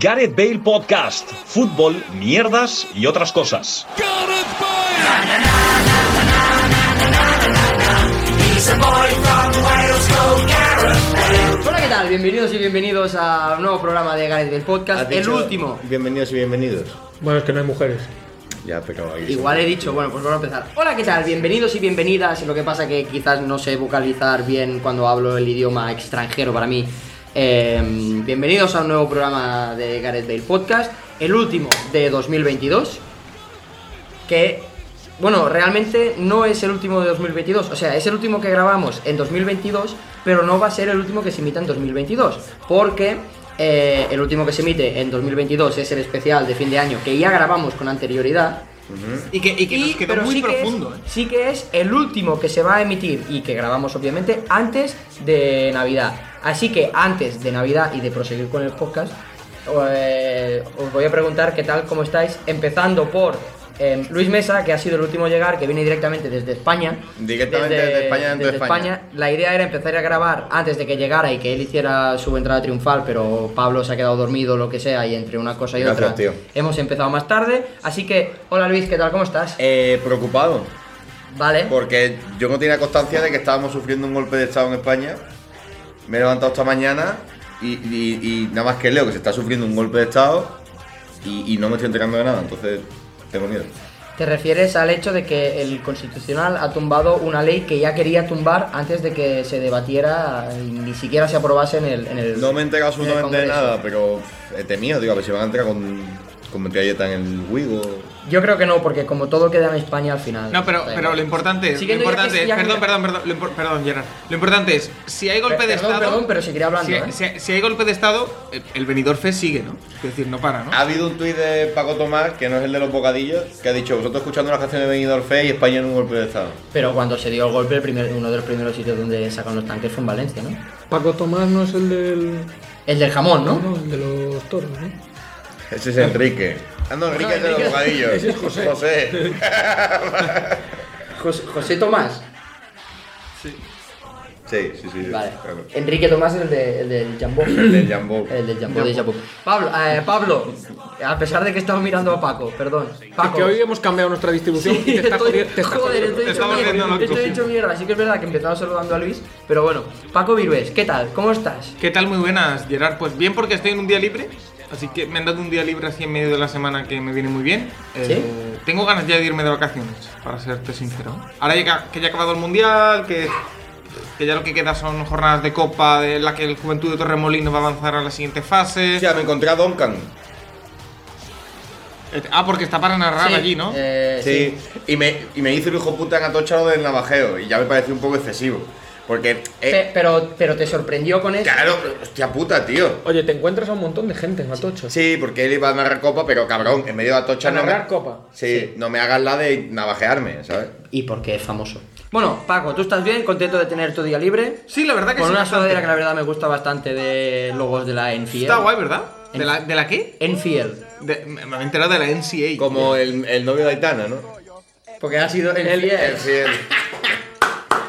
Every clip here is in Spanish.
Gareth Bale Podcast, fútbol, mierdas y otras cosas. Hola, ¿qué tal? Bienvenidos y bienvenidos a un nuevo programa de Gareth Bale Podcast, Has el dicho último. Bienvenidos y bienvenidos. Bueno, es que no hay mujeres. Ya, pero ahí Igual he dicho, bueno, pues vamos a empezar. Hola, ¿qué tal? Bienvenidos y bienvenidas. Lo que pasa que quizás no sé vocalizar bien cuando hablo el idioma extranjero para mí. Eh, bienvenidos a un nuevo programa de Gareth Bale Podcast, el último de 2022. Que, bueno, realmente no es el último de 2022. O sea, es el último que grabamos en 2022, pero no va a ser el último que se emita en 2022. Porque eh, el último que se emite en 2022 es el especial de fin de año que ya grabamos con anterioridad. Y que, y que nos Y- quedó pero muy sí que es- profundo, ¿eh? sí que es el último que se va a emitir y que grabamos obviamente antes de Navidad. Así que antes de Navidad y de proseguir con el podcast, eh, os voy a preguntar qué tal, cómo estáis, empezando por eh, Luis Mesa, que ha sido el último a llegar, que viene directamente desde España. Directamente desde España, dentro de España. La idea era empezar a grabar antes de que llegara y que él hiciera su entrada triunfal, pero Pablo se ha quedado dormido, lo que sea, y entre una cosa y Gracias, otra tío. hemos empezado más tarde. Así que, hola Luis, ¿qué tal? ¿Cómo estás? Eh, preocupado, Vale. porque yo no tenía constancia de que estábamos sufriendo un golpe de estado en España. Me he levantado esta mañana y, y- y nada más que leo que se está sufriendo un golpe de estado y, y no me estoy enterando de nada, entonces tengo miedo. ¿Te refieres al hecho de que el Constitucional ha tumbado una ley que ya quería tumbar antes de que se debatiera y ni siquiera se aprobase en el... En el No me he enterado en el absolutamente de Congreso? nada, pero he temido, digo, a ver si van a entrar con, con metralleta en el Wigo. Yo creo que no, porque como todo queda en España al final... No, pero, Da pero igual. lo importante es. Lo Siguiendo ya que- importante es ya que- perdón, perdón, perdón, lo impor- perdón, Gerard. Lo importante es, si hay golpe de Perdón, Estado. perdón, pero seguiré hablando, Si, ¿eh? si- si hay golpe de Estado, el- el Benidorm Fest sigue, ¿no? Es decir, no para, ¿no? Ha habido un tuit de Paco Tomás, que no es el de los bocadillos, que ha dicho, vosotros escuchando las canciones de Benidorm Fest y España en un golpe de estado. Pero cuando se dio el golpe, el primer- uno de los primeros sitios donde sacan los tanques fue en Valencia, ¿no? Paco Tomás no es el del. El del jamón, ¿no? No, el de los toros, ¿no? Ese es Enrique. Ah, no, Enrique es de los bocadillos. Ese es José. Jos- José Tomás. Sí, sí, sí. sí, Vale. claro. Enrique Tomás es el, de- el del Jambó. El del Jambó. El del Jambó de Japón. Pablo, eh, Pablo, a pesar de que estaba mirando a Paco, perdón. Es Paco. que hoy hemos cambiado nuestra distribución Sí, y te está estoy- jodiendo. te está joder, jodiendo. estoy Te hecho, estamos mierda, viendo loco. estoy hecho mierda. Sí que es verdad que empezaba saludando a Luis, pero bueno. Paco Virués, ¿qué tal? ¿Cómo estás? ¿Qué tal? Muy buenas, Gerard. Pues bien, porque estoy en un día libre. Así que me han dado un día libre así en medio de la semana que me viene muy bien. Eh, Tengo ganas ya de irme de vacaciones, para serte sincero. Ahora ya que- que ya ha acabado el mundial, que, que ya lo que queda son jornadas de copa, de la que el Juventud de Torremolino va a avanzar a la siguiente fase. Hostia, me encontré a Duncan. Eh, Ah, porque está para narrar Sí, allí, ¿no? eh, Sí. Y me, y me hizo el hijo puta en atochado del navajeo. Y ya me pareció un poco excesivo. Porque. Pe- eh, pero, pero te sorprendió con eso. claro, hostia puta, tío. Oye, te encuentras a un montón de gente en Atocho. Sí, porque él iba a narrar copa, pero cabrón, en medio de atocha A no me. narrar copa. Sí, no me hagas la de navajearme, ¿sabes? Y porque es famoso. Bueno, Paco, ¿tú estás bien? ¿Contento de tener tu día libre? Sí, la verdad que Con sí. una bastante. sudadera que la verdad me gusta bastante de logos de la Enfiel. Está guay, ¿verdad? ¿De la, de la qué? Enfield. De- me me he enterado de la NCA. Como el, el novio de Aitana, ¿no? Porque ha sido Enfield. El fiel.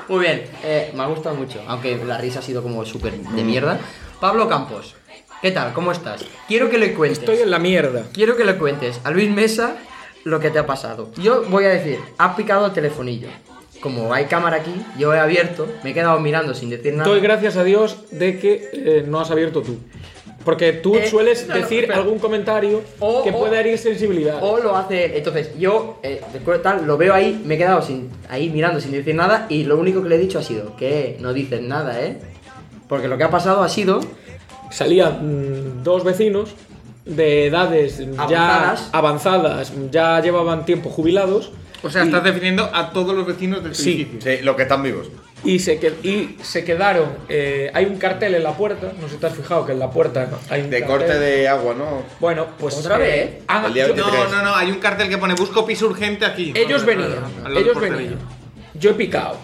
Muy bien, eh, me ha gustado mucho, aunque la risa ha sido como súper de mierda. Pablo Campos, ¿qué tal? ¿Cómo estás? Quiero que le cuentes. Estoy en la mierda. Quiero que le cuentes a Luis Mesa lo que te ha pasado. Yo voy a decir, ha picado el telefonillo. Como hay cámara aquí, yo he abierto, me he quedado mirando sin decir nada. Doy gracias a Dios de que eh, no has abierto tú. Porque tú Eh, sueles no, no, decir espera. algún comentario O- que o- pueda herir sensibilidad. O lo hace él. Entonces, yo eh, recuerdo tal, lo veo ahí, me he quedado sin, ahí mirando sin decir nada y lo único que le he dicho ha sido que no dices nada, ¿eh? Porque lo que ha pasado ha sido Salían mm, dos vecinos de edades Avanzadas. ya avanzadas, ya llevaban tiempo jubilados. O sea, y- estás definiendo a todos los vecinos del Sí. edificio. Sí, los que están vivos. Y se, que- y se quedaron. eh, hay un cartel en la puerta. No sé si te has fijado que en la puerta hay un De cartel. corte de agua, ¿no? Bueno, pues. Otra vez. han- El día yo- 23. No, no, no, hay un cartel que pone busco piso urgente aquí. ellos No, no, no, Ah, venían. no, no, al lado Ellos del porterillo. venían. Yo he picado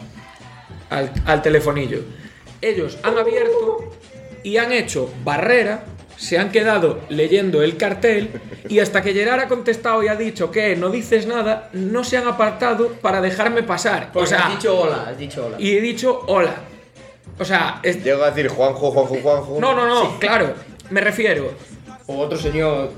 al, al telefonillo. Ellos han abierto y han hecho barrera. Se han quedado leyendo el cartel y hasta que Gerard ha contestado y ha dicho que no dices nada, no se han apartado para dejarme pasar. Porque o sea, has dicho hola, has dicho hola. y he dicho hola. O sea, es- Llego a decir Juanjo, Juanjo, Juanjo. No, no, no, claro. Me refiero. O otro señor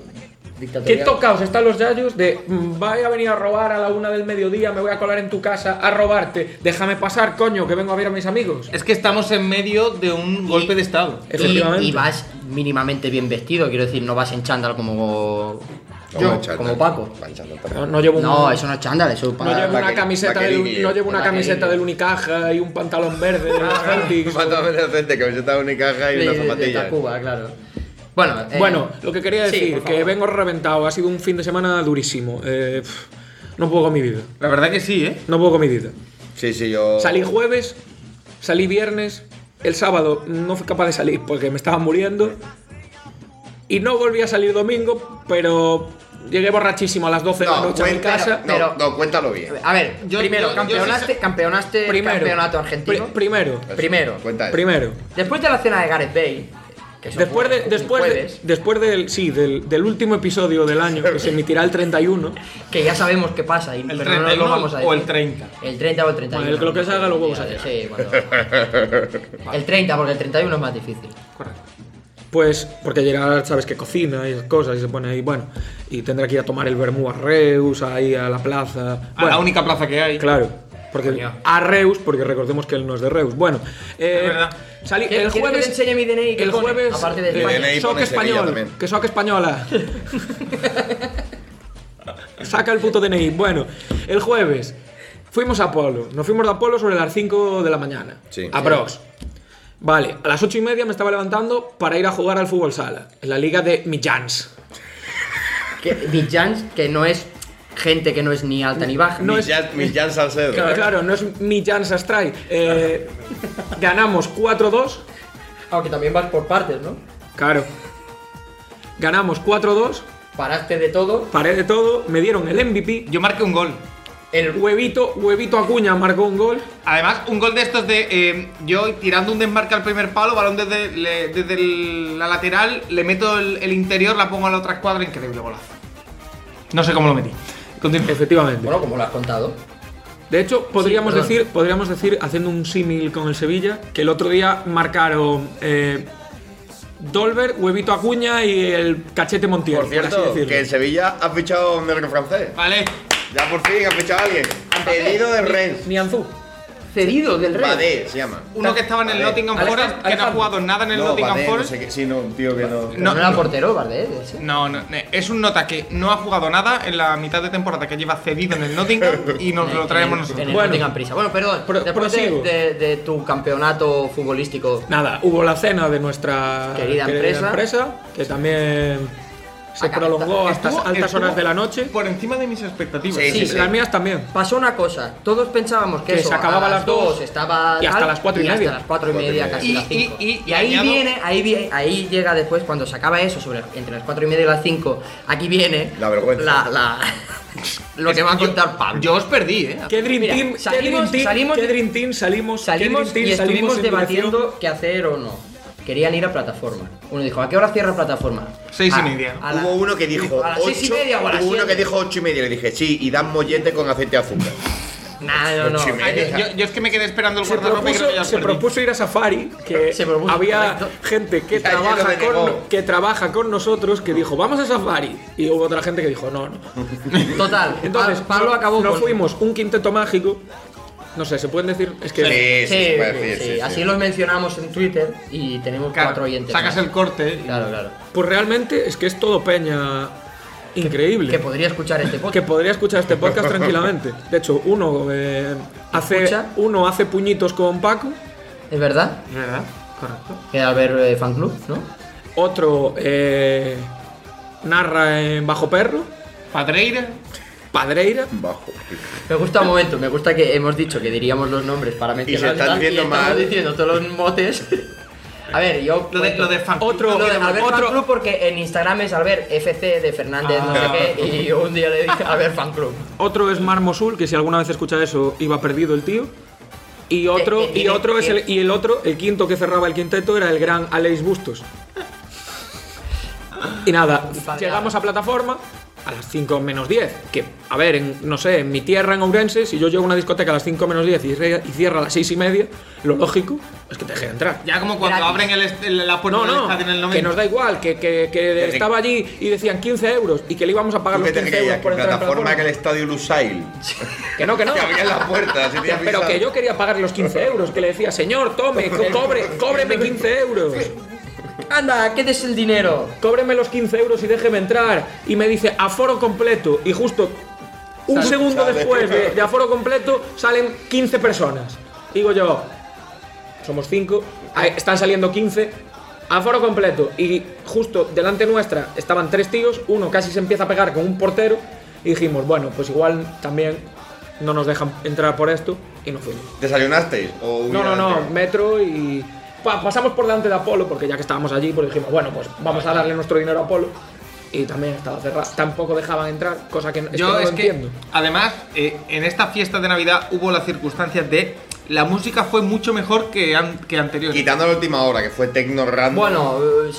¿Qué dictatorial. tocaos están los yayos de mm, vais a venir a robar a la una del mediodía, me voy a colar en tu casa a robarte, déjame pasar, coño, que vengo a ver a mis amigos? Es que estamos en medio de un golpe de estado. Efectivamente. Y, y vas mínimamente bien vestido, quiero decir, no vas en chándal como. Como Yo, chándal. como Paco. Va en chándal también. No, no llevo un- No, eso no es chándal, eso es no para. llevo una vaqueri- camiseta del, vaquerini. no llevo una De camiseta vaquerini. del Unicaja y un pantalón verde de los Celtics. Fantasma decente, camiseta unicaja y de- una de- de zapatilla. Tacuba, claro. Bueno, eh, Bueno, lo que quería sí, decir, por que favor. vengo reventado, ha sido un fin de semana durísimo. Eh, pff, no puedo con mi vida. La verdad que sí, ¿eh? No puedo con mi vida. Sí, sí, yo. Salí jueves, salí viernes, el sábado no fui capaz de salir porque me estaba muriendo. Y no volví a salir domingo, pero llegué borrachísimo a las 12 de la No, noche a mi cuenta- casa. no, pero- no, cuéntalo bien. A ver, Yo- primero, yo- yo campeonaste, sí sé- campeonaste el Primero. campeonato argentino. pri- primero. Eso, primero. Cuenta eso. Primero. Después de la cena de Gareth Bale, que eso Después, fue de, un después, de- jueves, después del, sí, del, del último episodio del año, que se emitirá el 31, que ya sabemos qué pasa, y, pero no 31 lo vamos a decir. o el 30. El 30 o el 31. Bueno, el que lo que se haga, los huevos allá. Sí, bueno. El 30, porque el 31 es más difícil. Correcto. pues porque Gerard sabes que cocina y esas cosas y se pone ahí, bueno, y tendrá que ir a tomar el vermú a Reus, ahí a la plaza. a la Bueno, única plaza que hay. Claro, porque Coño. a Reus, porque recordemos que él no es de Reus. Bueno, eh, Es verdad. salí ¿Quieres- el quieres que jueves. te enseñe mi DNI que el pone? jueves. Aparte del eh, DNI pone soc Sevilla español. también. Que soc española. Saca el puto DNI. Bueno, el jueves fuimos a Apolo. Nos fuimos de Apolo sobre las 5 de la mañana. Sí. A Brox. Vale, a las 8 y media me estaba levantando para ir a jugar al fútbol sala. En la liga de Millans. Que, Villans, que no es gente que no es ni alta ni baja. No es- Millán, Millán Salcedo. ¿eh? Claro, no es Millán Sastray. Eh, ganamos 4-2. Aunque también vas por partes, ¿no? Claro. Ganamos 4-2, Paraste de todo. paré de todo, me dieron el MVP. Yo marqué un gol. El Huevito, huevito Acuña marcó un gol. Además, un gol de estos de eh, yo tirando un desmarque al primer palo, balón desde, le- desde el- la lateral, le meto el, el interior, la pongo a la otra escuadra, increíble golazo. No sé cómo lo metí. Continúa. Efectivamente. Bueno, como lo has contado. De hecho, podríamos perdón. decir, podríamos decir, haciendo un símil con el Sevilla, que el otro día marcaron eh, Dolber, Huevito Acuña y el Cachete Montiel. Por cierto, así decirlo. que en Sevilla ha fichado a un negro francés. Vale. Ya por fin ha fichado a alguien. Pedido del Rennes. Ni Anzú. Cedido del rey. Badé se llama. Uno que estaba en el Vale. Nottingham Alejandro, Forest, que no ha Alejandro. jugado nada en el No, Nottingham Badé, no Forest. sé qué. Sí, no, un tío que no. No, no era no. portero, ¿vale? Ese. No, no, ne- es un nota que no ha jugado nada en la mitad de temporada que lleva cedido en el Nottingham y nos En- lo en- traemos en nosotros. el Bueno. no tengan prisa. Bueno, perdón. Pro- después de, prosigo. de- de tu campeonato futbolístico. Nada, hubo la cena de nuestra Querida empresa. que también se Acá- prolongó hasta Estuvo- altas estuvo horas de la noche. Por encima de mis expectativas. Sí, sí, sí. Las mías también. Pasó una cosa, todos pensábamos que, Que eso, se acababa a a las dos, dos, estaba y hasta tal, las cuatro y media. hasta las cuatro y Cuatro y media, media. casi Y- las y- cinco. y- y ahí añado- viene, ahí vi- ahí llega después cuando se acaba eso sobre entre las cuatro y media y las cinco, aquí viene La vergüenza. la- la- lo que va a contar Pablo. Yo os perdí, eh. ¿Qué Dream Ah, pues Mira, Team? ¿Qué salimos- Dream Team? salimos- ¿Qué Dream Team? Salimos, ¿qué Salimos Dream Team? y estuvimos Salimos en dirección. debatiendo qué hacer o no. Querían ir a plataforma. Uno dijo, ¿a qué hora cierra plataforma? Seis y A- media. a la- Hubo uno que dijo a las seis y ocho- media o a las Hubo uno que siete. dijo ocho y media. Le dije, sí, y dan mollete con aceite de azúcar. Nah, no, no. Ocho y media. Ah, yo, yo- yo es que me quedé esperando el Se guardarropa y creo que ya propuso, os se perdí. propuso ir a Safari, que Se propuso, había correcto. gente que Y ayer lo trabaja, con, denegó. que trabaja con nosotros que dijo, vamos a Safari. Y hubo otra gente que dijo, no, no. Total. Entonces, Pa- Pablo acabó Nos con- fuimos un quinteto mágico. No sé, se pueden decir. Es que. Sí, sí, Sí, se puede decir, sí, sí, sí. así los mencionamos en Twitter y tenemos Claro, cuatro oyentes. sacas más. el corte. y- Claro, claro. Pues realmente es que es todo peña increíble. Que podría escuchar este que podcast. podría escuchar este podcast tranquilamente. De hecho, uno eh, hace ¿Escucha? uno hace puñitos con Paco, Es verdad. Es ¿Verdad? Correcto. Que al ver eh, fan club, ¿no? otro eh, narra en Bajo Perro, Padreira. Padreira. Bajo. Me gusta un momento, me gusta que hemos dicho que diríamos los nombres para mencionar. se están diciendo estamos mal. diciendo todos los motes. A ver, yo. Lo de, cuento. lo de fan club, Otro- lo de- Lo de Albert otro- Fan Club porque en Instagram es Albert FC de Fernández, no Ah. sé qué, y un día le dije Albert Fan Club. Otro es Mar Mosul, que si alguna vez escucha eso, iba perdido el tío. Y otro, Eh, eh, y eh, otro es eh. el, y el otro, el quinto que cerraba el quinteto era el gran Aleix Bustos. Y nada, Padre llegamos a plataforma, a las 5 menos 10. Que, a ver, en- no sé, en mi tierra, en Ourense, si yo llego a una discoteca a las 5 menos 10 y, re- y cierra a las 6 y media, lo lógico es que te dejen entrar. Ya como cuando Gratis. abren el est- el- la puerta No, del no, estadio en el 90. que nos da igual, que, que- que te- estaba allí y decían 15 euros y que le íbamos a pagar ¿Tú los qué te 15 euros creías? por Que entrar en plataforma que el plataforma. estadio Lusail. Que no, que no. Que abrían las puertas. así te Pero- Pero avisaban. que yo quería pagar los 15 euros, que le decía, señor, tome, co- cobre, cóbreme 15 euros. Anda, ¿qué des el dinero? Cóbreme los 15 euros y déjeme entrar. Y me dice, aforo completo. Y justo un Sale- segundo sale. después de, de aforo completo salen 15 personas. Digo yo, somos 5, están saliendo 15. Aforo completo. Y justo delante nuestra estaban tres tíos. Uno casi se empieza a pegar con un portero. Y dijimos, bueno, pues igual también no nos dejan entrar por esto. Y no fuimos. ¿Desayunasteis? ¿O No, no, huían no, antes? metro y. pa- pasamos por delante de Apolo, porque ya que estábamos allí, pues dijimos, bueno, pues vamos a darle nuestro dinero a Apolo. Y también estaba cerrado. Tampoco dejaban entrar, cosa que, es que Yo no es lo que, entiendo. además, eh, en esta fiesta de Navidad hubo la circunstancia de la música fue mucho mejor que, an- que anterior. Quitando la última hora, que fue Tecno Random. Bueno, eh,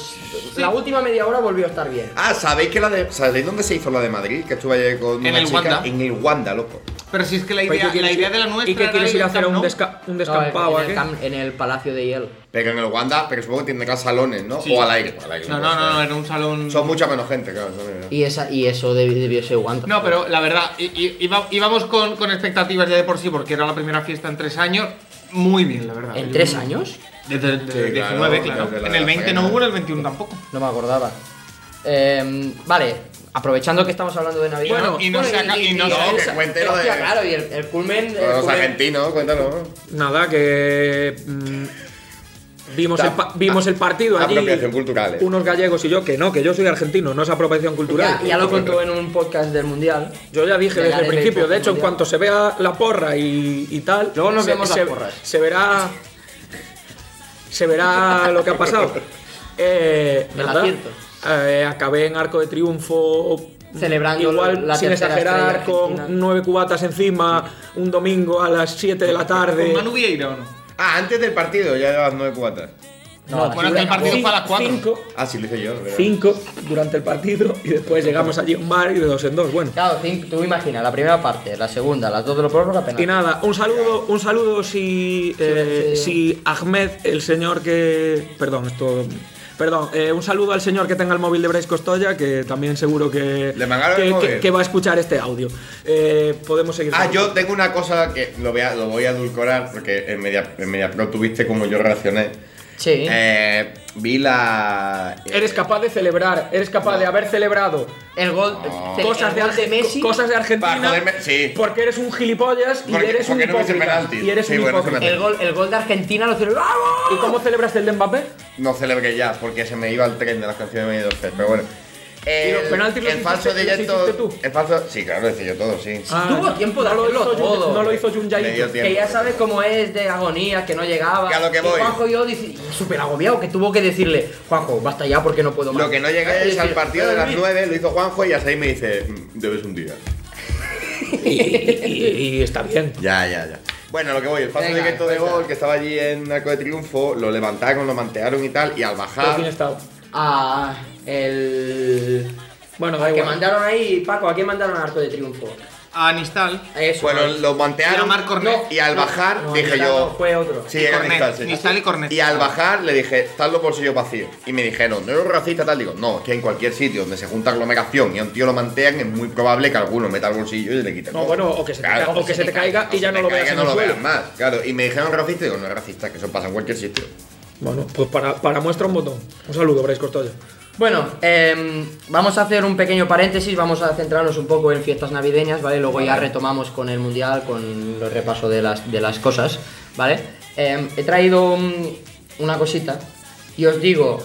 la última media hora volvió a estar bien. Ah, ¿sabéis que la de. ¿Sabéis dónde se hizo la de Madrid? Que estuve ayer con En una el chica Wanda. en el Wanda, loco. Pero si es que la Pero ¿y qué idea, la quieres Pues idea ir- de la nuestra ¿Y qué era quieres ir a el hacer a un, Camp Nou. desca- un No, descampado en, el aquí? cam- en el Palacio de Hiel. Pero en el Wanda, pero supongo que tendrá salones, ¿no? Sí. O al aire. al aire, No, puede no, no, no, ser. era un salón. Son mucha menos gente, claro. son menos- Y, esa, y eso deb- debió ser guanta. No, pero la verdad, i- i- iba- íbamos con, con expectativas ya de por sí, porque era la primera fiesta en tres años. Muy bien, la verdad. ¿En Yo- tres años? Desde el desde el Sí, claro, 19, claro. desde la En el 20 no sagrada. hubo, en el 21 tampoco. No me acordaba. Em, vale, aprovechando que estamos hablando de Navidad. Bueno, y no se aca- y no se- el- No, que cuente lo hostia, de- Claro, y el, el culmen. el Los culmen- argentinos, cuéntalo. Nada, que. mm, vimos, Da- el pa- vimos el partido allí. Ah, Apropiación cultural, eh. Unos gallegos y yo, que no, que yo soy argentino, no es apropiación cultural. Ya, ya lo contó en un podcast del Mundial. Yo ya dije Ya desde el gané el principio, de Mundial. hecho, en cuanto se vea la porra y, y tal, Luego nos se, vemos las se- porras. se verá. Se verá lo que ha pasado. Eh, El nada, acierto. eh, acabé en arco de triunfo. Celebrando igual, la sin tercera exagerar, estrella argentina. con nueve cubatas encima, un domingo a las 7 de la tarde. ¿Con Manu Vieira o no? Ah, antes del partido ya llevas nueve cubatas. No, bueno, que el partido fue a las 4. Cinco, Ah, sí, lo hice yo. ¿verdad? cinco durante el partido y después llegamos allí a un bar y de dos en dos. Bueno, Claro, cin- tú imaginas, la primera parte, la segunda, las dos de los prórroga, penal. Y nada, un saludo, un saludo si, eh, sí. si Ahmed, el señor que... Perdón, esto... Perdón, eh, un saludo al señor que tenga el móvil de Bryce Costoya, que también seguro que, Le mangaron el que, móvil. que- que va a escuchar este audio. Eh, podemos seguir. Ah, yo tengo una cosa que lo voy a, lo voy a edulcorar porque en Media, en Mediapro tuviste como yo reaccioné. Sí. Eh, vi la. eh, Eres capaz de celebrar, eres capaz de haber celebrado el gol, el cosas de, gol de Arge- Messi. cosas de Argentina Para joderme- sí. porque eres un gilipollas y Porque- eres porque un no hubiese hipócrita. penaltis. y eres Sí, un bueno, hipócrita. el, gol, el gol de Argentina lo celebramos. ¿Y cómo celebras el de Mbappé? No celebré ya porque se me iba el tren de las canciones de Media 12, pero bueno. ¿Y los penaltis los el falso hiciste- de los Yeto- hiciste tú? Ah, El falso. Sí, claro, lo hice yo todo, sí. Tuvo tiempo de no lo hacerlo hizo Jun- todo. No lo hizo Jun Jaito. Me dio tiempo. Que ya sabes cómo es de agonía, que no llegaba. Que a lo que Y voy. Juanjo y yo dice- súper agobiado, que tuvo que decirle, Juanjo, basta ya porque no puedo más. Lo que no llegué Y es al decir, partido Ah, de las "Luis, 9, lo hizo Juanjo y a 6 me dice, "Mm, debes un día. y, y- y está bien. Ya, ya, ya. Bueno, lo que voy, el falso Venga, directo de pues cuenta. gol que estaba allí en Arco de Triunfo, lo levantaron, lo mantearon y tal, y al Pero bajar. ¿Quién estaba? A Ah, el. Bueno, da al que igual. mandaron ahí, Paco, ¿a quién mandaron al arco de triunfo? A Anistal. A eso. Bueno, ¿no? lo mantearon. Era Marc Cornet. Y al No, bajar no, dije no, yo. no, fue otro. Sí, Y era Cornet, Nistal, sí. Nistal y Cornet. Y al bajar le dije, están los bolsillos vacíos. Y me dijeron, no eres racista, tal. Digo, no, es que en cualquier sitio donde se junta aglomeración y a un tío lo mantean, es muy probable que alguno meta el bolsillo y le quite el No, codo". bueno, o que se te, Claro. ca- o que se te caiga y O ya se no te lo caiga veas y en no el lo suelo. veas más. Claro, y me dijeron racista. Digo, no es racista, que eso pasa en cualquier sitio. Bueno, pues para, para muestra un botón. Un saludo, Bryce Costoya. Bueno, em, vamos a hacer un pequeño paréntesis, vamos a centrarnos un poco en fiestas navideñas, ¿vale? Luego ya retomamos con el mundial, con el repaso de las, de las cosas, ¿vale? Em, he traído mm, una cosita y os digo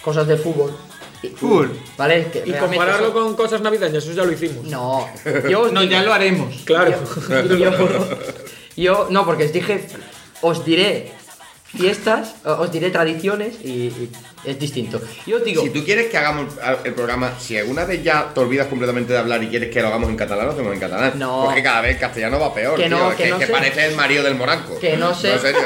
cosas de fútbol. y- uh, Fútbol. ¿Vale? Que Y realmente son- compararlo con cosas navideñas, eso ya lo hicimos. No, yo os No, digo- ya lo haremos. Claro. Yo, yo- no, porque os dije, os diré fiestas, os diré tradiciones y, y es distinto. Yo os digo, Si tú quieres que hagamos el- el programa, si alguna vez ya te olvidas completamente de hablar y quieres que lo hagamos en catalán, lo hacemos en catalán. No. Porque cada vez el castellano va peor. Que no, tío. Es que no sé. parece el Mario del Moranco. Que no sé. No, en serio.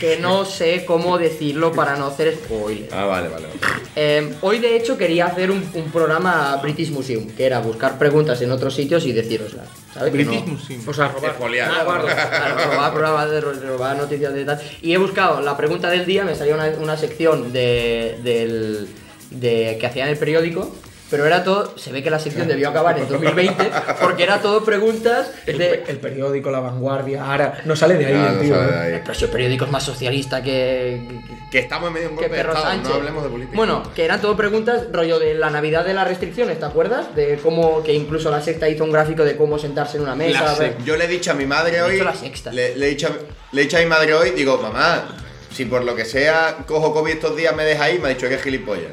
que no sé cómo decirlo para no hacer spoiler. Ah, vale, vale. vale. Eh, hoy de hecho quería hacer un, un programa British Museum, que era buscar preguntas en otros sitios y deciroslas. ¿Sabes? British Museum. O sea, robar. Esfoliar. Ah, bueno, claro, robar programas de robar noticias de tal. Y he buscado la pregunta del día, me salía una, una sección de, del, de que hacían el periódico. Pero era todo, se ve que la sección debió acabar en 2020 porque era todo preguntas El, de... el periódico, la vanguardia, ahora no sale de ahí, Ah, el no tío. sale ¿eh? de ahí. Pero si el periódico es más socialista que, Que estamos en medio de un que golpe de Perro estado, Sánchez. no hablemos de política. Bueno, que eran todo preguntas rollo de la Navidad de las restricciones, ¿te acuerdas? De cómo que incluso la secta hizo un gráfico de cómo sentarse en una mesa. La ¿verdad? Yo le he dicho a mi madre He hoy. dicho la sexta. Le, le he dicho a, le he dicho a mi madre hoy, digo, mamá, si por lo que sea cojo COVID estos días me deja ahí, me ha dicho que es gilipollas.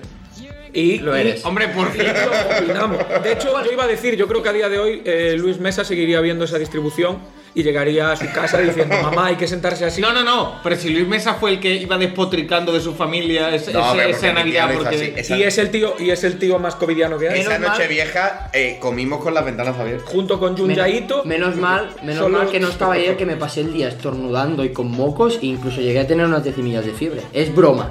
Y Lo y- eres. Hombre, por y cierto. lo opinamos. De hecho, yo iba a decir, yo creo que a día de hoy eh, Luis Mesa seguiría viendo esa distribución y llegaría a su casa diciendo, mamá, hay que sentarse así. No, no, no. Pero si Luis Mesa fue el que iba despotricando de su familia ese- No, ese- pero porque esa mi tía Navidad lo hizo porque. así. Y es el tío, y es el tío más covidiano que hay. Menos Esa mal- noche vieja eh, comimos con las ventanas abiertas. Junto con Junjaito. menos mal, menos Solo- mal que no estaba ayer que me pasé el día estornudando y con mocos e incluso llegué a tener unas decimillas de fiebre. Es broma.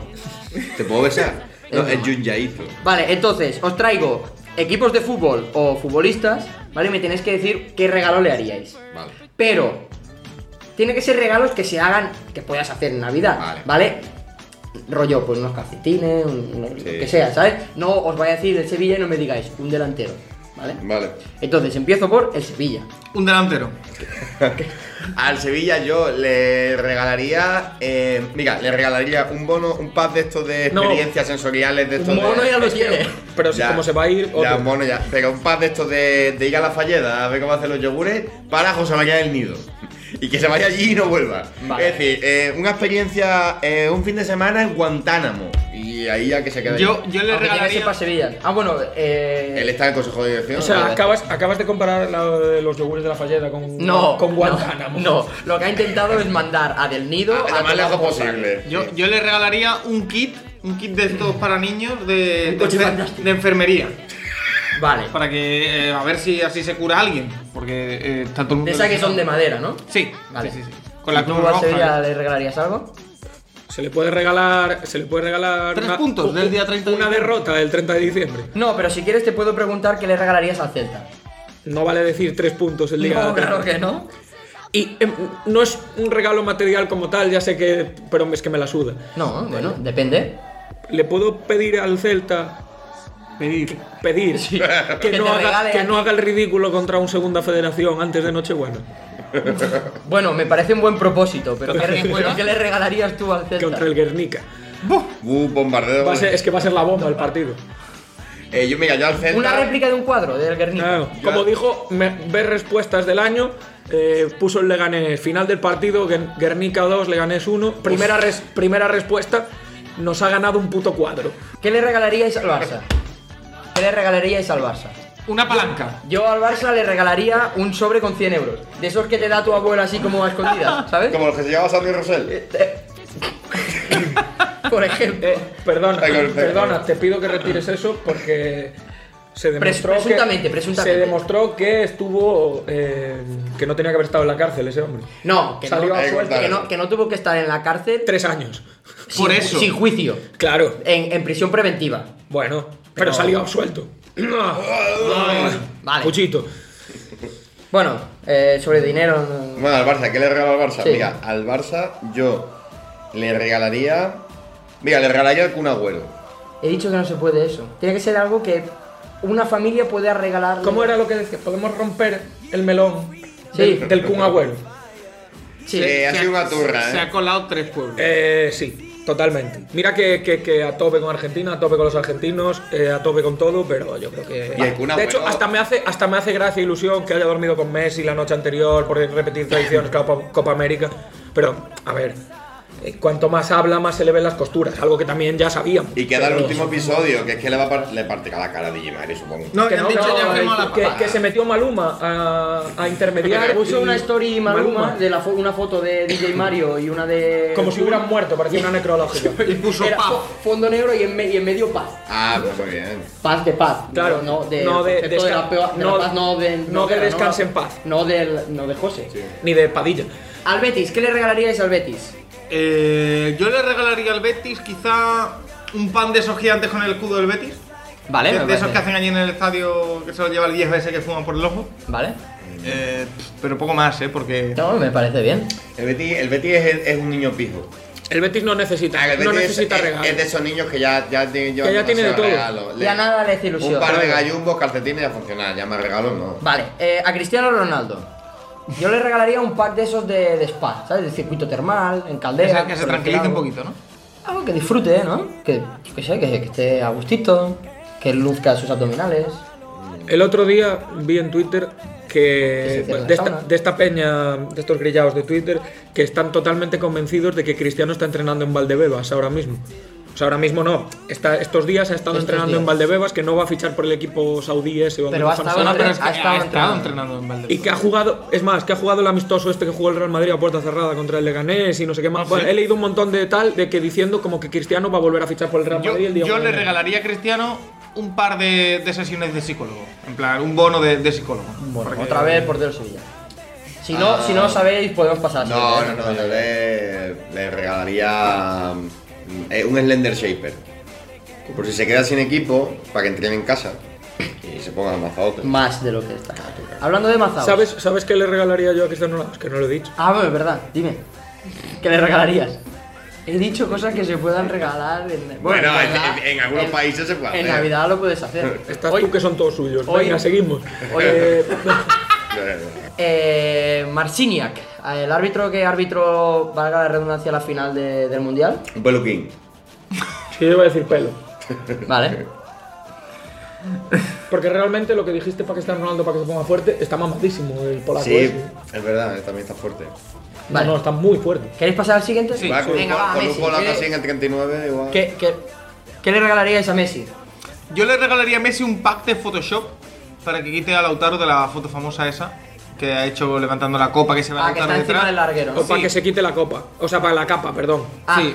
¿Te puedo besar? No, Es es broma. Junyaito. Vale, entonces, os traigo equipos de fútbol o futbolistas, ¿vale? Y me tenéis que decir qué regalo le haríais. Vale. Pero tiene que ser regalos que se hagan, que puedas hacer en Navidad, Vale. ¿vale? Rollo, pues unos calcetines, un- un- Sí. lo que sea, ¿sabes? No os vaya a decir del Sevilla y no me digáis un delantero, ¿vale? Vale. Entonces empiezo por el Sevilla. Un delantero. Al Sevilla yo le regalaría. eh, mira, le regalaría un bono, un pack de estos de No. experiencias sensoriales de estos de- Mono ya lo tiene. Pero si Ya, como se va a ir. Ya, otro. bueno, ya. Pero un par de estos de, de ir a la falleda a ver cómo hacen los yogures para José María del Nido. Y que se vaya allí y no vuelva. Vale. Es decir, eh, una experiencia, eh, un fin de semana en Guantánamo. Y ahí ya que se queda. Yo, ahí. yo Aunque tiene que le ser regalaría. para Sevilla. Ah, bueno, eh... Él está en el consejo de dirección. O sea, ¿no? acabas, acabas de comparar la de los yogures de la falleda con, No, con no, Guantánamo. No, lo que ha intentado es mandar a Del Nido Ah, lo más tomar lejos por posible. Yo, yo le regalaría un kit. Un kit de estos para niños de, Un coche de- fantástico. de enfermería. saco. Vale. Para que eh, a ver si así se cura alguien. Porque eh, está todo el mundo. De esas que son de madera, ¿no? Sí, Vale. sí, sí, sí. Con la ¿Y tú cruz al roja. Sevilla le regalarías algo? Se le puede regalar. Se le puede regalar. Tres puntos ¿eh? del día 30 de Una diciembre. derrota del 30 de diciembre. No, pero si quieres te puedo preguntar qué le regalarías al Celta. No vale decir tres puntos el día. No, 30. claro que no. Y em, no es un regalo material como tal, ya sé que. Pero es que me la suda. No, bueno, depende. Le puedo pedir al Celta. Pedir. Pedir Que que, te no haga, regale que a- no haga el ridículo contra un segunda federación antes de Nochebuena. Bueno, me parece un buen propósito, pero ¿qué, ¿Contra quién juega? pero ¿qué le regalarías tú al Celta? Contra el Guernica. Uh, bombardeo. Va a ser- es que va a ser la bomba el partido. Eh, yo, mira, yo al Celta. Una réplica de un cuadro del Guernica. Claro, Ya. Como dijo, me- ver respuestas del año, eh, puso el Leganés. Final del partido, Guer- Guernica 2, Leganés 1. Primera, res- primera respuesta, nos ha ganado un puto cuadro. ¿Qué le regalaríais al Barça? ¿Qué le regalaríais al Barça? Una palanca. Yo al Barça le regalaría un sobre con 100 euros. De esos que te da tu abuela así como a escondidas, ¿sabes? Como los que se llevaba Sandy Rosell. Por ejemplo. Eh, perdona, Ay, con- perdona, te pido que retires eso porque se demostró, que- presuntamente, presuntamente. se demostró que estuvo eh, que no tenía que haber estado en la cárcel ese hombre. No, que no, Salió a que suelta. no- que no tuvo que estar en la cárcel Tres años, sin- Por eso. sin juicio. claro. En, en prisión preventiva. Bueno, pero, Pero- salió absuelto. Vale. Cuchito. Bueno, eh, sobre dinero. no- Bueno, al Barça, ¿qué le regalo al Barça? Sí. Mira, al Barça yo le regalaría. Mira, le regalaría el Kun Agüero. He dicho que no se puede eso. Tiene que ser algo que una familia pueda regalar. ¿Cómo era lo que decía? Podemos romper el melón Sí. del, del Kun Agüero. Sí. Eh, ha Se sido una turra, Se eh. ha colado tres pueblos. Eh, sí, totalmente. Mira que, que- que a tope con Argentina, a tope con los argentinos, eh, a tope con todo, pero yo creo que. Y el Kun de hecho, Agüero- hasta me hace hasta me hace gracia e ilusión que haya dormido con Messi la noche anterior por repetir tradiciones Copa, Copa América. Pero, a ver, eh, cuanto más habla, más se le ven las costuras, algo que también ya sabíamos. Y queda el Pero- último episodio, que es que le va a par- le partirá la cara a Digimari, supongo. No, que ya han no, dicho no, ya firmó la que- paga. que se metió Maluma a, a intermediar. Puso y- una story Maluma, de la fo- una foto de DJ Mario y una de. Como si hubieran muerto, parecía una necrológica. Y puso Era paz. fo- fondo negro y en, me- y en medio paz. Ah, pues muy bien. Paz de paz. Claro, No, no de, no de- concepto de la desca- peo- de la no- paz, no de. no de guerra, descanse en paz. No, del, no de José. Ni de Padilla. Al Betis, ¿qué le regalaríais al Betis? Eh, yo le regalaría al Betis quizá un pan de esos gigantes con el escudo del Betis. Vale, De, me de esos parece. que hacen allí en el estadio que se los lleva el 10 veces que fuman por el ojo. Vale. Eh, pff, pero poco más, ¿eh? Porque. No, me parece bien. El Betis, el Betis es, es un niño pijo. El Betis no necesita, Ah, El Betis no necesita es, es- regalos. es de esos niños que ya, ya, tienen- llevan ya tiene de demasiados todo. regalos. Le- Ya nada le hace ilusión. Un par de gallumbos, calcetines ya funciona. Ya más regalos no. Vale, eh, a Cristiano Ronaldo. Yo le regalaría un pack de esos de, de spa, ¿sabes? De circuito termal, en que caldera. se- que se por tranquilice decir algo. un poquito, ¿no? Algo que disfrute, ¿no? Que, yo qué sé, que, que esté a gustito, que luzca sus abdominales. El otro día vi en Twitter Que se que cierra la de esta, sauna. de esta peña, de estos grillados de Twitter, que están totalmente convencidos de que Cristiano está entrenando en Valdebebas ahora mismo. O sea, ahora mismo no. Está, estos días ha estado Estos entrenando en días. Valdebebas, que no va a fichar por el equipo saudí ese o Pero ha anglosajón. estado No, pero es que Ha estado ha estado entrenando. entrenando en Valdez. Y que ha jugado, es más, que ha jugado el amistoso este que jugó el Real Madrid a puerta cerrada contra el Leganés y no sé qué más. Ah, sí. Bueno, he leído un montón de tal, de que diciendo como que Cristiano va a volver a fichar por el Real Yo, Madrid el día yo uno de le enero. regalaría a Cristiano un par de, de sesiones de psicólogo. En plan, un bono de, de psicólogo. Bueno, Porque- otra vez por del Sevilla. Si no, Ah. si no sabéis, podemos pasar a la No, no, siguiente, no. Yo le, le regalaría mm, eh, un Slender Shaper. Por si se queda sin equipo, para que entrene en casa y se ponga mazaote. Más de lo que está. Hablando de Mazao. ¿Sabes, ¿Sabes qué le regalaría yo a Cristiano Ronaldo? Es que no lo he dicho. Ah, bueno, es verdad, dime. ¿Qué le regalarías? He dicho cosas que se puedan regalar en. Bueno, en- Navidad- en- en algunos países se puede En hacer. Navidad lo puedes hacer. Estás Hoy- tú que son todos suyos. hoy- Venga, seguimos. hoy- Eh, Eh, Marciniak, el árbitro que árbitro, valga la redundancia, la final de- del mundial. Un peluquín. sí, yo iba a decir pelo. Vale. Porque realmente lo que dijiste para Cristiano Ronaldo para que se ponga fuerte está mamadísimo el polaco. Sí, ese. es verdad, eh, también está fuerte. No, Vale. no, está muy fuerte. ¿Queréis pasar al siguiente? Sí. Va, con Venga, un, va, con un Messi, polaco ¿qué- así en el 39, igual. qué, qué- qué le regalaríais a Messi? Yo le regalaría a Messi un pack de Photoshop para que quite a Lautaro de la foto famosa esa que ha hecho levantando la copa que se va a Ah, que está Lautaro encima detrás. del larguero. ¿no? O para Sí. que se quite la copa. O sea, para la capa, perdón. Ah, Sí.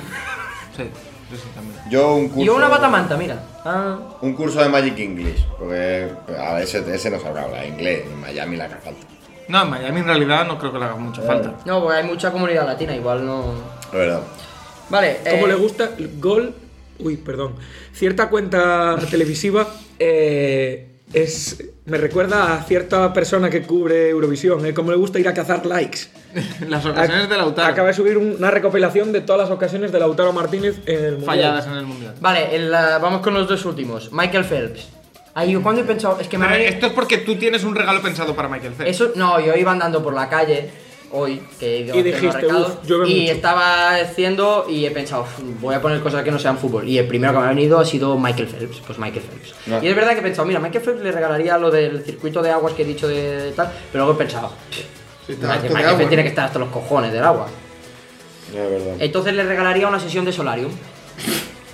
Sí, sí, sí, también. Yo un curso. y una batamanta, mira. Ah, Un curso de Magic English. Porque a veces ese no sabrá hablar inglés. En Miami la que falta. No, en Miami en realidad no creo que le haga mucha falta. no, porque hay mucha comunidad latina, igual no. La verdad. Vale, Como eh, le gusta el gol. Uy, perdón. Cierta cuenta televisiva eh, es, me recuerda a cierta persona que cubre Eurovisión. ¿eh? Como le gusta ir a cazar likes. Las ocasiones de Lautaro Acaba de subir una recopilación de todas las ocasiones de Lautaro Martínez en el Mundial. falladas en el mundial. Vale, el, ah, vamos con los dos últimos. Michael Phelps. Ay, yo cuando he pensado. Es que me ha Pero venido- esto es porque tú tienes un regalo pensado para Michael Phelps. Eso, no, yo iba andando por la calle hoy, que he ido Y haciendo dijiste, recados, "Uf, llueve y mucho". estaba haciendo y he pensado, "Uf, voy a poner cosas que no sean fútbol. Y el primero que me ha venido ha sido Michael Phelps, pues Michael Phelps. No. Y es verdad que he pensado, mira, Michael Phelps le regalaría lo del circuito de aguas que he dicho de, de tal, pero luego he pensado, Sí, está "Mira, harto que de Michael agua, Phelps tiene ¿no? que estar hasta los cojones del agua. Ya, es verdad. Entonces le regalaría una sesión de solarium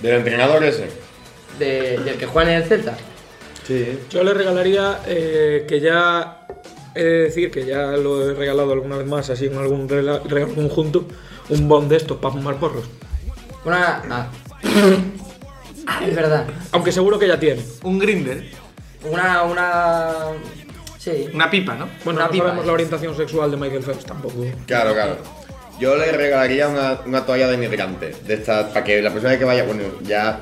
Del entrenador ese. de- del que juega en el Celta. Sí. Yo le regalaría eh, que ya. He de decir que ya lo he regalado alguna vez más, así en algún rela- regalo conjunto, un bond de estos para fumar porros. Una... Ah. Ah, es verdad. Aunque seguro que ya tiene. Un grinder, Una... Una... Sí. una pipa, ¿no? Bueno, Una no pipa, sabemos eh. la orientación sexual de Michael Phelps tampoco. Claro, claro. Yo le regalaría una, una toalla de inmigrante. De esta, para que la persona que vaya, bueno, ya,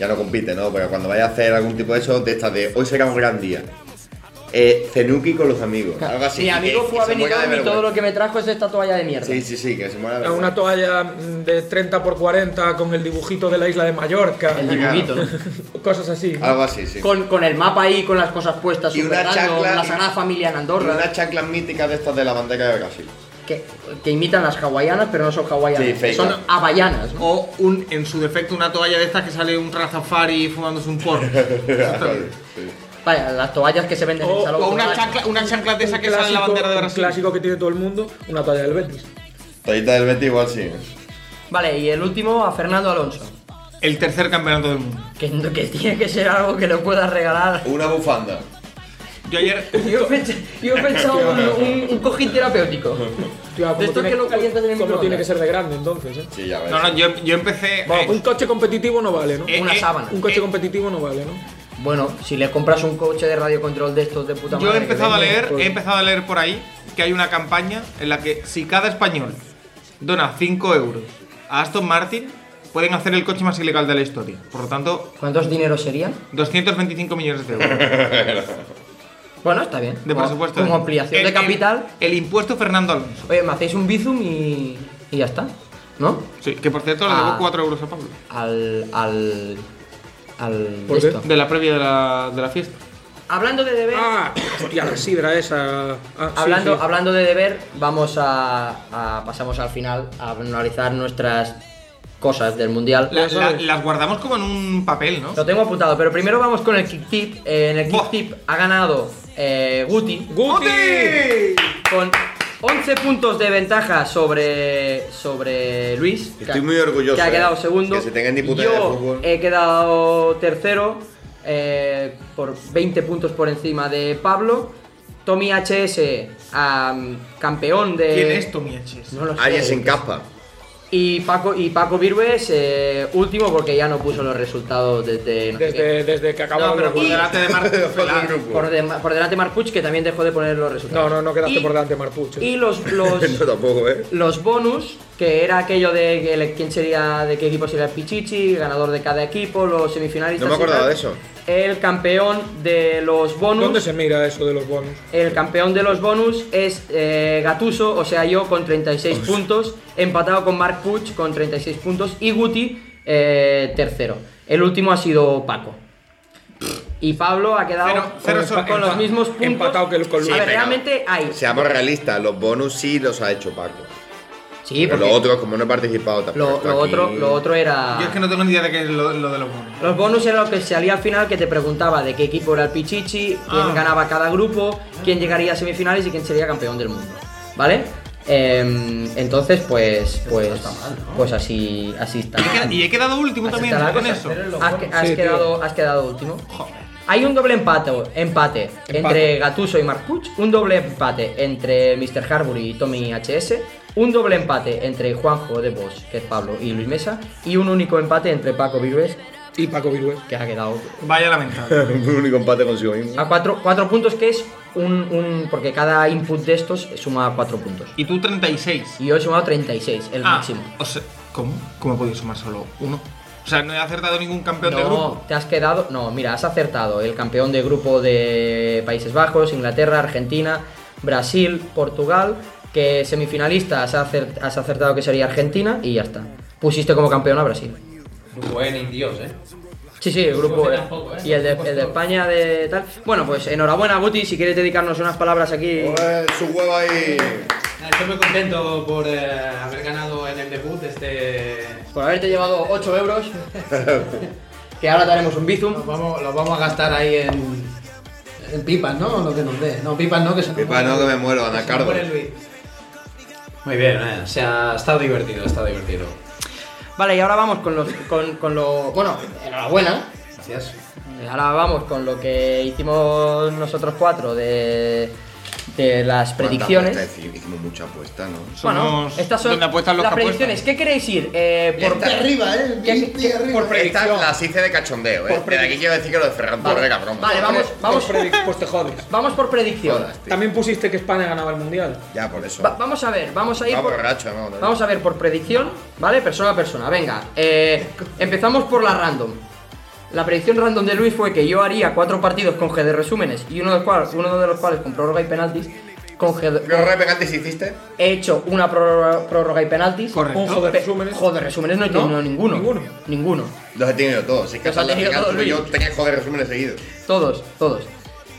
ya no compite, ¿no? Pero cuando vaya a hacer algún tipo de eso, de estas de hoy será un gran día. Eh, cenuki con los amigos. Algo así. Mi amigo que- fue que a se muera de Benidorm y todo vergüenza. lo que me trajo es esta toalla de mierda. Sí, sí, sí, que se muera de Una vergüenza. toalla mm, de 30 x 40 con el dibujito de la isla de Mallorca. El dibujito, ¿no? Cosas así. Ah. Algo así, sí. Con, con el mapa ahí, con las cosas puestas, Y una superando chancla- la Sagrada Familia en Andorra, Unas chanclas míticas de estas de la bandera de Brasil. que, que imitan las hawaianas, pero no son hawaianas, Sí, fake, son ¿no? hawaianas. ¿no? O un, en su defecto una toalla de estas que sale un Razafari fumándose un porro. Sí. Vaya, las toallas que se venden en O- el salón. o una ¿no? chancla, una chancla de esa Un que sale en la clásico- bandera de un Brasil. clásico que tiene todo el mundo, una toalla del Betis. Toallita del Betty igual sí. ¿eh? Vale, y el último a Fernando Alonso, El tercer campeonato del mundo. que, que tiene que ser algo que le pueda regalar. Una bufanda. Yo ayer. Yo he pens- yo he pensado un, un- un cojín terapéutico. Tío, como De esto tiene- que lo calientas en el como tiene microondas. que ser de grande entonces, ¿eh? Sí, ya ves. No, no, yo, yo empecé. Bueno, eh, un pues, coche competitivo no vale, ¿no? eh, una eh, sábana. Un coche eh, competitivo no vale, ¿no? Bueno, si le compras un coche de radiocontrol de estos de puta madre. Yo he que empezado a venden, leer, pues- he empezado a leer por ahí que hay una campaña en la que si cada español dona 5 euros a Aston Martin pueden hacer el coche más ilegal de la historia. Por lo tanto, ¿Cuántos dineros serían? 225 millones de euros Bueno, está bien. de Como- presupuesto. ¿eh? Como ampliación El- de capital. El, el impuesto Fernando Alonso. Oye, me hacéis un bizum y, y ya está. ¿No? Sí, que por cierto le Ah. debo 4 euros a Pablo. Al. Al. Al. ¿Por qué? esto. De la previa de la, de la fiesta. Hablando de deber. Ah, hostia, la sidra esa. Ah, sí, hablando, sí. hablando de deber, vamos a, a- Pasamos al final a analizar nuestras cosas del mundial. La- Eso la- es. las guardamos como en un papel, ¿no? Lo tengo apuntado, pero primero vamos con el kick tip. Eh, en el kick Buah. tip ha ganado eh, Guti ¡Guti! con 11 puntos de ventaja sobre, sobre Luis. que Estoy ha- muy orgulloso, Que ha eh, quedado segundo. que se tengan ni puta idea de Yo fútbol. he quedado tercero eh, por 20 puntos por encima de Pablo. Tommy HS, am, campeón de. ¿Quién es Tommy Hs? No lo sé. Arias en capa. Y Paco, y Paco Virués, eh, último porque ya no puso los resultados desde. no sé qué. Desde, desde que No, acabamos pero por Y- Pues delante de Marco Felá. Por, de- por delante Marpuch, que también dejó de poner los No, resultados. no, no quedaste Y- por delante, Marpucho. Y los, los, No tampoco, ¿eh? los bonus, que era aquello de que le- quién sería, de qué equipo sería el Pichichi, ganador de cada equipo, los semifinalistas. No me y acordaba tal. de eso. El campeón de los bonus. ¿Dónde se mira eso de los bonus? El campeón de los bonus es eh, Gatuso, o sea yo, con 36 puntos, empatado con Mark Puch con 36 puntos y Guti eh, tercero. El último ha sido Paco. Y Pablo ha quedado Cero- cero con, sobre- con los empa- mismos puntos. empatado que el- con A Luis. ver, Sí, realmente hay. Seamos realistas, los bonus sí los ha hecho Paco. Sí, Pero porque lo otro, como no he participado tampoco. lo, estoy lo aquí. otro, lo otro era. Yo es que no tengo ni idea de qué es lo, lo de los bonos. Los bonus era lo que salía al final que te preguntaba de qué equipo era el Pichichi, quién Ah. ganaba cada grupo, quién llegaría a semifinales y quién sería campeón del mundo. ¿Vale? Em, entonces, pues. Pues, pues así, así está. Y he quedado- Y he quedado último Así también está la con cosa. eso. Has, que- has Sí, tío. quedado, has quedado último. Joder. Hay un doble empate, empate, entre Gatuso y Marcuch, un doble empate entre Mr. Harbour y Tommy HS, un doble empate entre Juanjo de Bosch, que es Pablo, y Luis Mesa, y un único empate entre Paco Virués, Y Paco Virués. que ha quedado Vaya lamentable. Un único empate consigo mismo. a cuatro, cuatro puntos, que es un, un- porque cada input de estos suma cuatro puntos. Y tú 36. Y yo he sumado 36, el Ah, máximo. O sea, ¿cómo? ¿Cómo he podido sumar solo uno? O sea, no he acertado ningún campeón de No, grupo. te has quedado. No, mira, has acertado. El campeón de grupo de Países Bajos, Inglaterra, Argentina, Brasil, Portugal. Que semifinalista has, acer- has acertado que sería Argentina y ya está. Pusiste como campeón a Brasil. Grupo N y Dios, eh. Sí, sí, el grupo. Sí, eh, tampoco, ¿eh? Y el de, el de España de tal. Bueno, pues enhorabuena, Guti. Si quieres dedicarnos unas palabras aquí. Joder, Su huevo ahí. Nada, Estoy muy contento por eh, haber ganado en el debut de este. Por haberte llevado 8 euros. que ahora te haremos un bizum. Los vamos, los vamos a gastar ahí en, en pipas, ¿no? O Lo que nos dé. No, pipas no, que se nos Pipa, muere- no, que me muero, Ana se nos Cardo. muere Luis. Muy bien, eh. O sea, ha estado divertido, ha estado divertido. Vale, y ahora vamos con los. Con, con lo. Bueno, enhorabuena. Gracias. Y Ahora vamos con lo que hicimos nosotros cuatro de, de las Cuánta predicciones. apuesta, hici- Hicimos mucha apuesta, ¿no? Bueno, Somos estas son donde apuestan los las que apuestan. predicciones. ¿Qué queréis ir? Eh, por Esta- Arriba, ¿eh? ¿Qué- Bien, qué- bien arriba. por pre- Esta predicción. las hice de cachondeo, eh. Por De aquí predicción. quiero decir que lo de Ferran Torre, cabrón. vale, vamos, vamos, Pues, Freddy, pues te jodes. vamos por predicción. Jodas, tío. También pusiste que España ganaba el mundial. Ya, por eso. Va- vamos a ver, vamos a ir Va por, borracho, ¿no? vamos a ver por predicción, ¿vale? Persona a persona. Venga, eh, empezamos por la random. La predicción random de Luis fue que yo haría cuatro partidos con G de resúmenes y uno de los cuales, uno de los cuales con prórroga y penaltis. Con G de- ¿Qué horror de pegantes hiciste? he hecho una prórroga, prórroga y penaltis. Correcto. Un joder Pe- resúmenes. Joder, resúmenes no he No, tenido ninguno. ninguno. Ninguno. Los he tenido todos. Es que Los ha hasta tenido pegantes, todos, Yo Luis. tenía joder resúmenes seguidos. Todos, todos.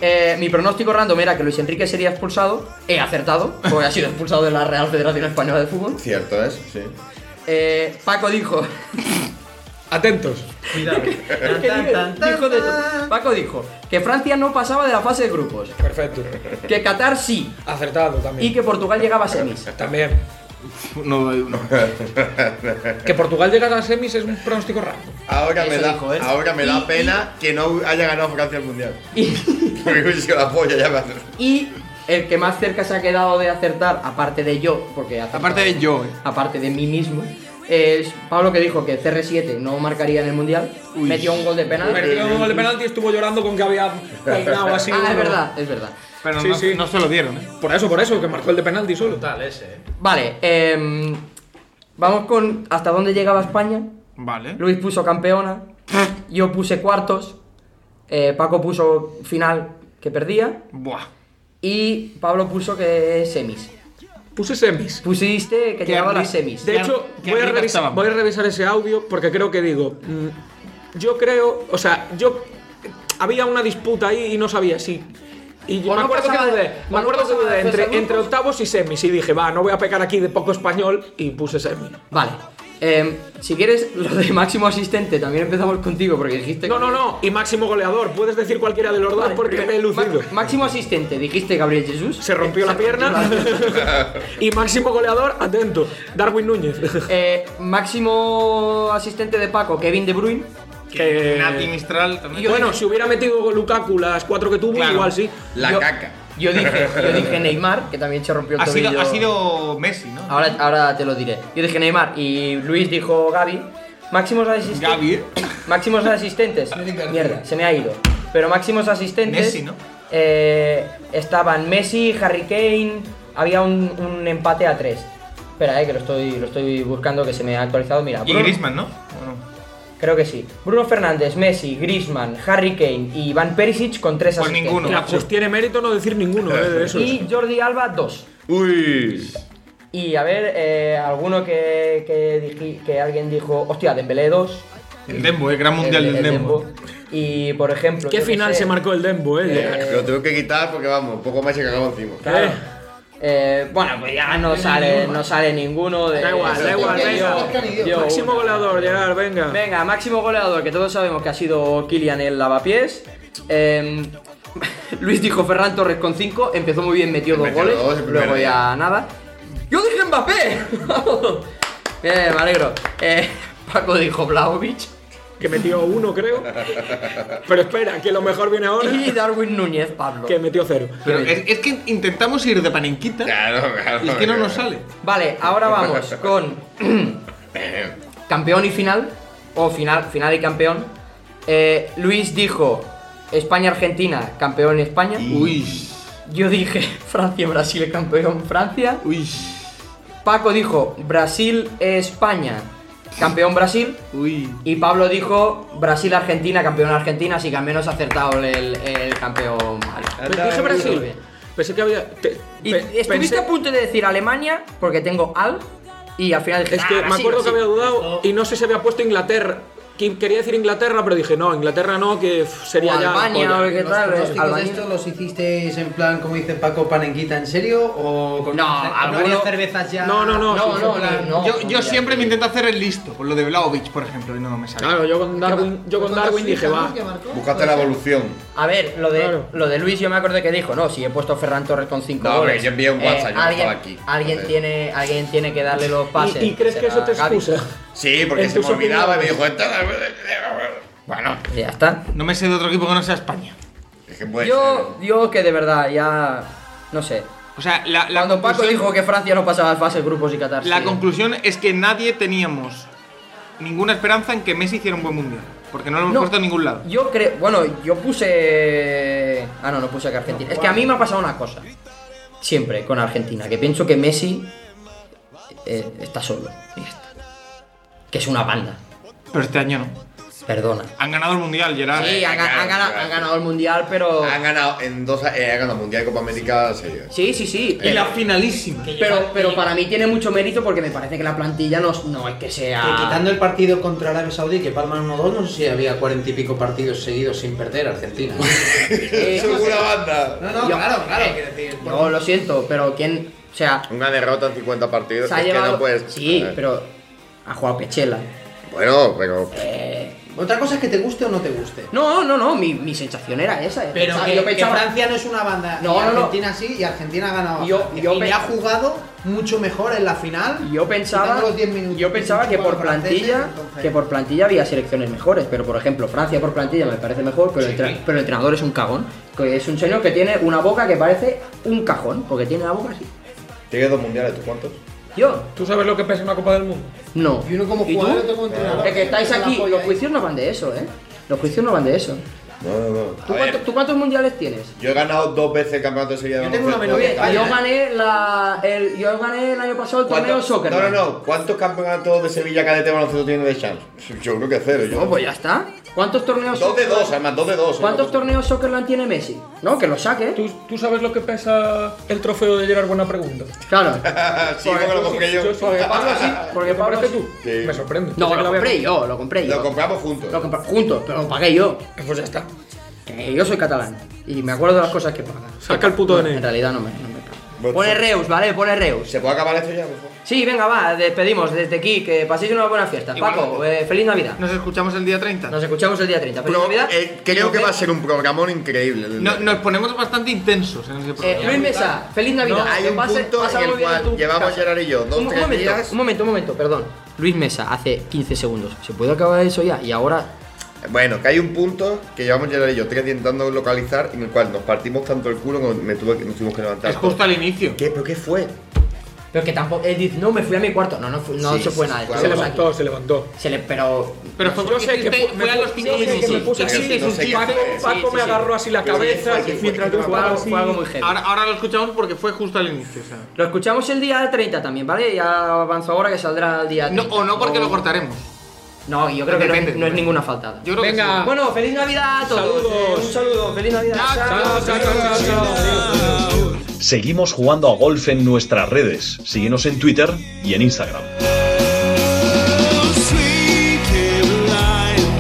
Eh, mi pronóstico random era que Luis Enrique sería expulsado. He acertado, porque ha sido expulsado de la Real Federación Española de Fútbol. Cierto, ¿es? Sí. Eh, Paco dijo. Atentos. Cuidado. Tan, tan, tan. dijo de- Paco dijo que Francia no pasaba de la fase de grupos, Perfecto. que Qatar sí Acertado y también. que Portugal llegaba a semis. También. No doy uno. Que Portugal llega a las semis es un pronóstico random. Ahora me, Eso da, dijo él. ahora me Y- da pena que no haya ganado Francia el mundial. Y- Porque hubiese sido la polla, ya me hace- Y el que más cerca se ha quedado de acertar, aparte de yo, porque he acertado- Aparte de yo, eh. aparte de mí mismo, es Pablo que dijo que CR7 no marcaría en el mundial, metió un gol de penal. Metió un gol de penalti y estuvo llorando con que había peinado así. ah, es uno. verdad, es verdad. Pero Sí, no, sí. no se lo dieron, ¿eh? Por eso, por eso, que marcó el de penalti solo. Brutal ese, eh. Vale, em, Vamos con hasta dónde llegaba España. Vale. Luis puso campeona. Yo puse cuartos. eh, Paco puso final que perdía. Buah. Y Pablo puso que semis. Puse semis. Pusiste que llegaba a las semis. De Qué hecho, arri- qué voy a, arriba revis- estábamos. voy a revisar ese audio porque creo que digo. mm, yo creo, o sea, yo. Había una disputa ahí y no sabía si. Y yo O me no acuerdo que pasaba de- dudé, o me no acuerdo que pasaba dudé de entre, fase de entre grupos. octavos y semis y dije, va, no voy a pecar aquí de poco español y puse semis. Vale. Em, si quieres, lo de máximo asistente también empezamos contigo porque dijiste. No, no, no, y máximo goleador, puedes decir cualquiera de los dos Vale, porque me he Ma- lucido. máximo asistente, dijiste Gabriel Jesús. Se rompió la pierna y máximo goleador, atento, Darwin Núñez. Eh, máximo asistente de Paco, Kevin De Bruyne. Que- Nati Mistral también. bueno, si hubiera metido Lukaku las cuatro que tuvo, Claro. igual sí. La Yo- caca. Yo dije, yo dije Neymar, que también se rompió el ha, tobillo. sido, ha sido Messi, ¿no? Ahora, ahora te lo diré. Yo dije Neymar y Luis dijo Gaby. Máximos asistentes. Gavi, ¿eh? Máximos asistentes. Mierda, se me ha ido. Pero máximos asistentes. Messi, ¿no? eh, estaban Messi, Harry Kane. Había un, un empate a tres. Espera, eh, que lo estoy, lo estoy buscando, que se me ha actualizado. Mira, Y Bruno- Griezmann, ¿no? ¿O no? Creo que sí. Bruno Fernández, Messi, Griezmann, Harry Kane y Van Perisic con tres Pues asistentes. ninguno. Mira, pues tiene mérito no decir ninguno eh, de esos. Y Jordi Alba, dos. Uy. Y a ver, eh, alguno que, que, diji- que alguien dijo, hostia, Dembélé 2. El Dembo, el gran mundial del Dembo. Y por ejemplo. ¿Qué yo que final sé, se marcó el Dembo, eh? Eh, Lo tengo que quitar porque vamos, poco más se cagamos encima. claro. Eh. Eh, bueno, pues ya no sale, no sale ninguno de. Da igual, da igual, Yo- venga. yo Máximo uno. goleador, llegar, venga. Venga, máximo goleador, que todos sabemos que ha sido Kylian el lavapiés. Em, Luis dijo Ferran Torres con 5, empezó muy bien, metió dos Metió goles, dos el primer luego ya nada. ¡Yo dije Mbappé! bien, me alegro. Eh, Paco dijo Blaovic Que metió uno, creo. Pero espera, que lo mejor viene ahora. y Darwin Núñez, Pablo. Que metió cero. Pero es, es que intentamos ir de panenquita Claro, claro. y es que no claro. nos sale. Vale, ahora vamos con campeón y final, o final, final y campeón. Eh, Luis dijo España-Argentina, campeón España. Uy, Yo dije Francia-Brasil, campeón Francia. uy, Paco dijo Brasil-España, campeón Brasil. uy. Y Pablo dijo Brasil-Argentina, campeón Argentina, así que al menos ha acertado el, el campeón. Vale. Pero dije muy Brasil. bien. Pensé que había. te- Y pe- estuviste pensé- a punto de decir Alemania, porque tengo al, y al final dije, Es que "Ah, me Brasil, acuerdo que Brasil". había dudado y no sé si había puesto Inglaterra. Que Quería decir Inglaterra, pero dije, no, Inglaterra no, que pff, sería O ya. Albania, polla. o el que- ¿Qué ¿Los tal, eh? pronósticos Albañil? de esto los hicisteis en plan, como dice Paco, panenquita en serio? ¿O con No, unas- con alguno- varias cervezas ya? No, no, no. No, sí, no, sí. ni- no. yo yo no, siempre me intento hacer el listo, por lo de Vlaovic, por ejemplo, y no me sale. Claro, yo con Darwin, yo con Pues ¿Cuántas Darwin dije, suizas, va. no, que marcó? Buscaste la evolución. A ver, lo de, Claro. lo de Luis yo me acordé que dijo, no, si he puesto Ferran Torres con 5 No, goles. eh, hombre, yo envié un WhatsApp, yo no alguien, estaba aquí. Alguien Entonces- tiene, alguien tiene que darle los pases. ¿Y, y crees que será eso te Gavi. excusa? Sí, porque En se me tus olvidaba y me opiniones. dijo esto. Bueno, Ya está. No me sé de otro equipo que no sea España. es que puede Yo, yo que de verdad ya no sé. O sea, la, la Cuando Paco conclusión- dijo ¿eh? que Francia no pasaba de fase de grupos y Qatar. La sí. conclusión es que nadie teníamos ninguna esperanza en que Messi hiciera un buen mundial. Porque no lo hemos No. puesto en ningún lado. Yo creo, bueno, yo puse Ah, no, no puse que Argentina. es que a mí me ha pasado una cosa. Siempre con Argentina, que pienso que Messi eh, está solo. y ya está. Que es una banda. Pero este año no. Perdona. Han ganado el mundial, Gerard. Sí, eh, han, claro, han ganado, claro. han ganado el mundial, pero. ser. Han ganado en dos. Eh, han ganado Mundial y Copa América seguido. Sí, sí, sí. Y la finalísima. Pero, pero para mí tiene mucho mérito porque me parece que la plantilla no, no es que Que sea. quitando el partido contra Arabia Saudí, que palman 1-2, no sé si había cuarenta y pico partidos seguidos sin perder Argentina. Eh, Eso es una banda. no, no, Yo- Eh, claro, claro. quiero decir, no, lo siento, pero quién. O sea, Una derrota en 50 partidos. se ha es que llevado. no puedes. Sí, eh, pero ha jugado Pechela. Bueno, pero. Otra cosa es que te guste o no te guste. No, no, no, mi, mi sensación era esa. eh. Pero O sea, que, yo que pensaba- Francia no es una banda. No, y no, no. Argentina sí, y Argentina ha ganado. Yo- Y- yo y pe- ha jugado mucho mejor en la final. Yo pensaba, quitando los 10 minutos yo pensaba que que por jugaron franceses, plantilla, entonces. que por plantilla había selecciones mejores, pero por ejemplo Francia por plantilla me parece mejor, pero, el, tra- pero el entrenador es un cagón, que es un señor que tiene una boca que parece un cajón, porque tiene la boca así. Tienes dos mundiales, ¿tú cuántos? Yo ¿Tú sabes lo que pesa una Copa del Mundo? no. Y uno como tú? jugador, otro como entrenador. Es que estáis Esa es la aquí, polla los ahí. juicios no van de eso, ¿eh? Los juicios no van de eso. No, no, no. ¿Tú, A cuánto- ver, ¿Tú cuántos mundiales tienes? yo he ganado dos veces el campeonato de Sevilla de Yo tengo una baloncesto. menos bien. Yo Vaya. gané, la, el, yo gané el año pasado el torneo ¿Cuántos- soccer. No, no, no. ¿Cuántos campeonatos de Sevilla cadete de baloncesto tiene de chance? Yo creo que cero. Yo. No, pues ya está. ¿Cuántos torneos Dos de dos, además, dos de dos. ¿Cuántos ¿eh? torneos Soccerland tiene Messi? No, que lo saque. ¿eh? ¿Tú, tú sabes lo que pesa el trofeo de Gerard? Buena pregunta. Claro. sí, porque lo compré yo. sí, porque Pablo sí. Porque Porque Pablo Pablo sí. tú. Sí. Me sorprende. No, Pensé que lo lo había- compré yo, lo compré yo. Lo compramos juntos. Lo compramos juntos, pero lo pagué yo. Pues ya está. Que yo soy catalán y me acuerdo de las cosas que pagan. Saca el puto E. No, DNI. En realidad no me, no me pagan. Bueno, Pone sí. Reus, ¿vale? Pone Reus. ¿Se puede acabar esto ya, por favor? Sí, venga, va, despedimos desde aquí. Que paséis una buena fiesta. Paco, eh, feliz Navidad. Nos escuchamos el día 30. Nos escuchamos el día 30. Feliz Navidad. Eh, creo que va a ser un programón increíble. No- nos ponemos bastante intensos en ese Eh, programa. Luis Mesa, feliz Navidad. No, hay Que un pase- punto pasa en el muy bien cual tu llevamos casa. Gerard y yo dos, un, un tres momento, días. Un momento, un momento, perdón. Luis Mesa, hace 15 segundos. ¿Se puede acabar eso ya? Y ahora. Bueno, que hay un punto que llevamos Gerard y yo tres días intentando localizar en el cual nos partimos tanto el culo que me tuve que- nos tuvimos que levantar. Es justo al inicio. ¿Qué? ¿Pero qué fue? Pero que tampoco. Él dice, no, me fui a mi cuarto. No, no, fu- no Sí, se fue sí, nada. fue estuvimos Se algo aquí. levantó, se levantó. Se le. Pero. Pero fue Yo porque sé que hiciste- pu- fue a pu- los 5 sí, sí, que me minutos. puse Sí, así. sí, no sé qué Paco, fue, sí, Paco sí, me sí. agarró así la Pero bien, cabeza fue, fue, mientras yo fue, Fue jugaba algo, así. fue algo muy heavy. Ahora, ahora lo escuchamos porque fue justo al inicio. O, sea. Lo escuchamos el día 30 también, ¿vale? Ya avanzó ahora que saldrá el día no, 30. o no porque lo cortaremos. No, yo creo que no, es- Depende. no es ninguna faltada. Yo creo Venga. que sí. Bueno, feliz Navidad a todos. Saludos. Eh, un saludo, feliz Navidad. Chao, chao, chao, chao. Seguimos jugando a golf en nuestras redes. Síguenos en Twitter y en Instagram. Sweet Caroline,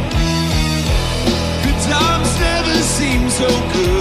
good times never seem so good.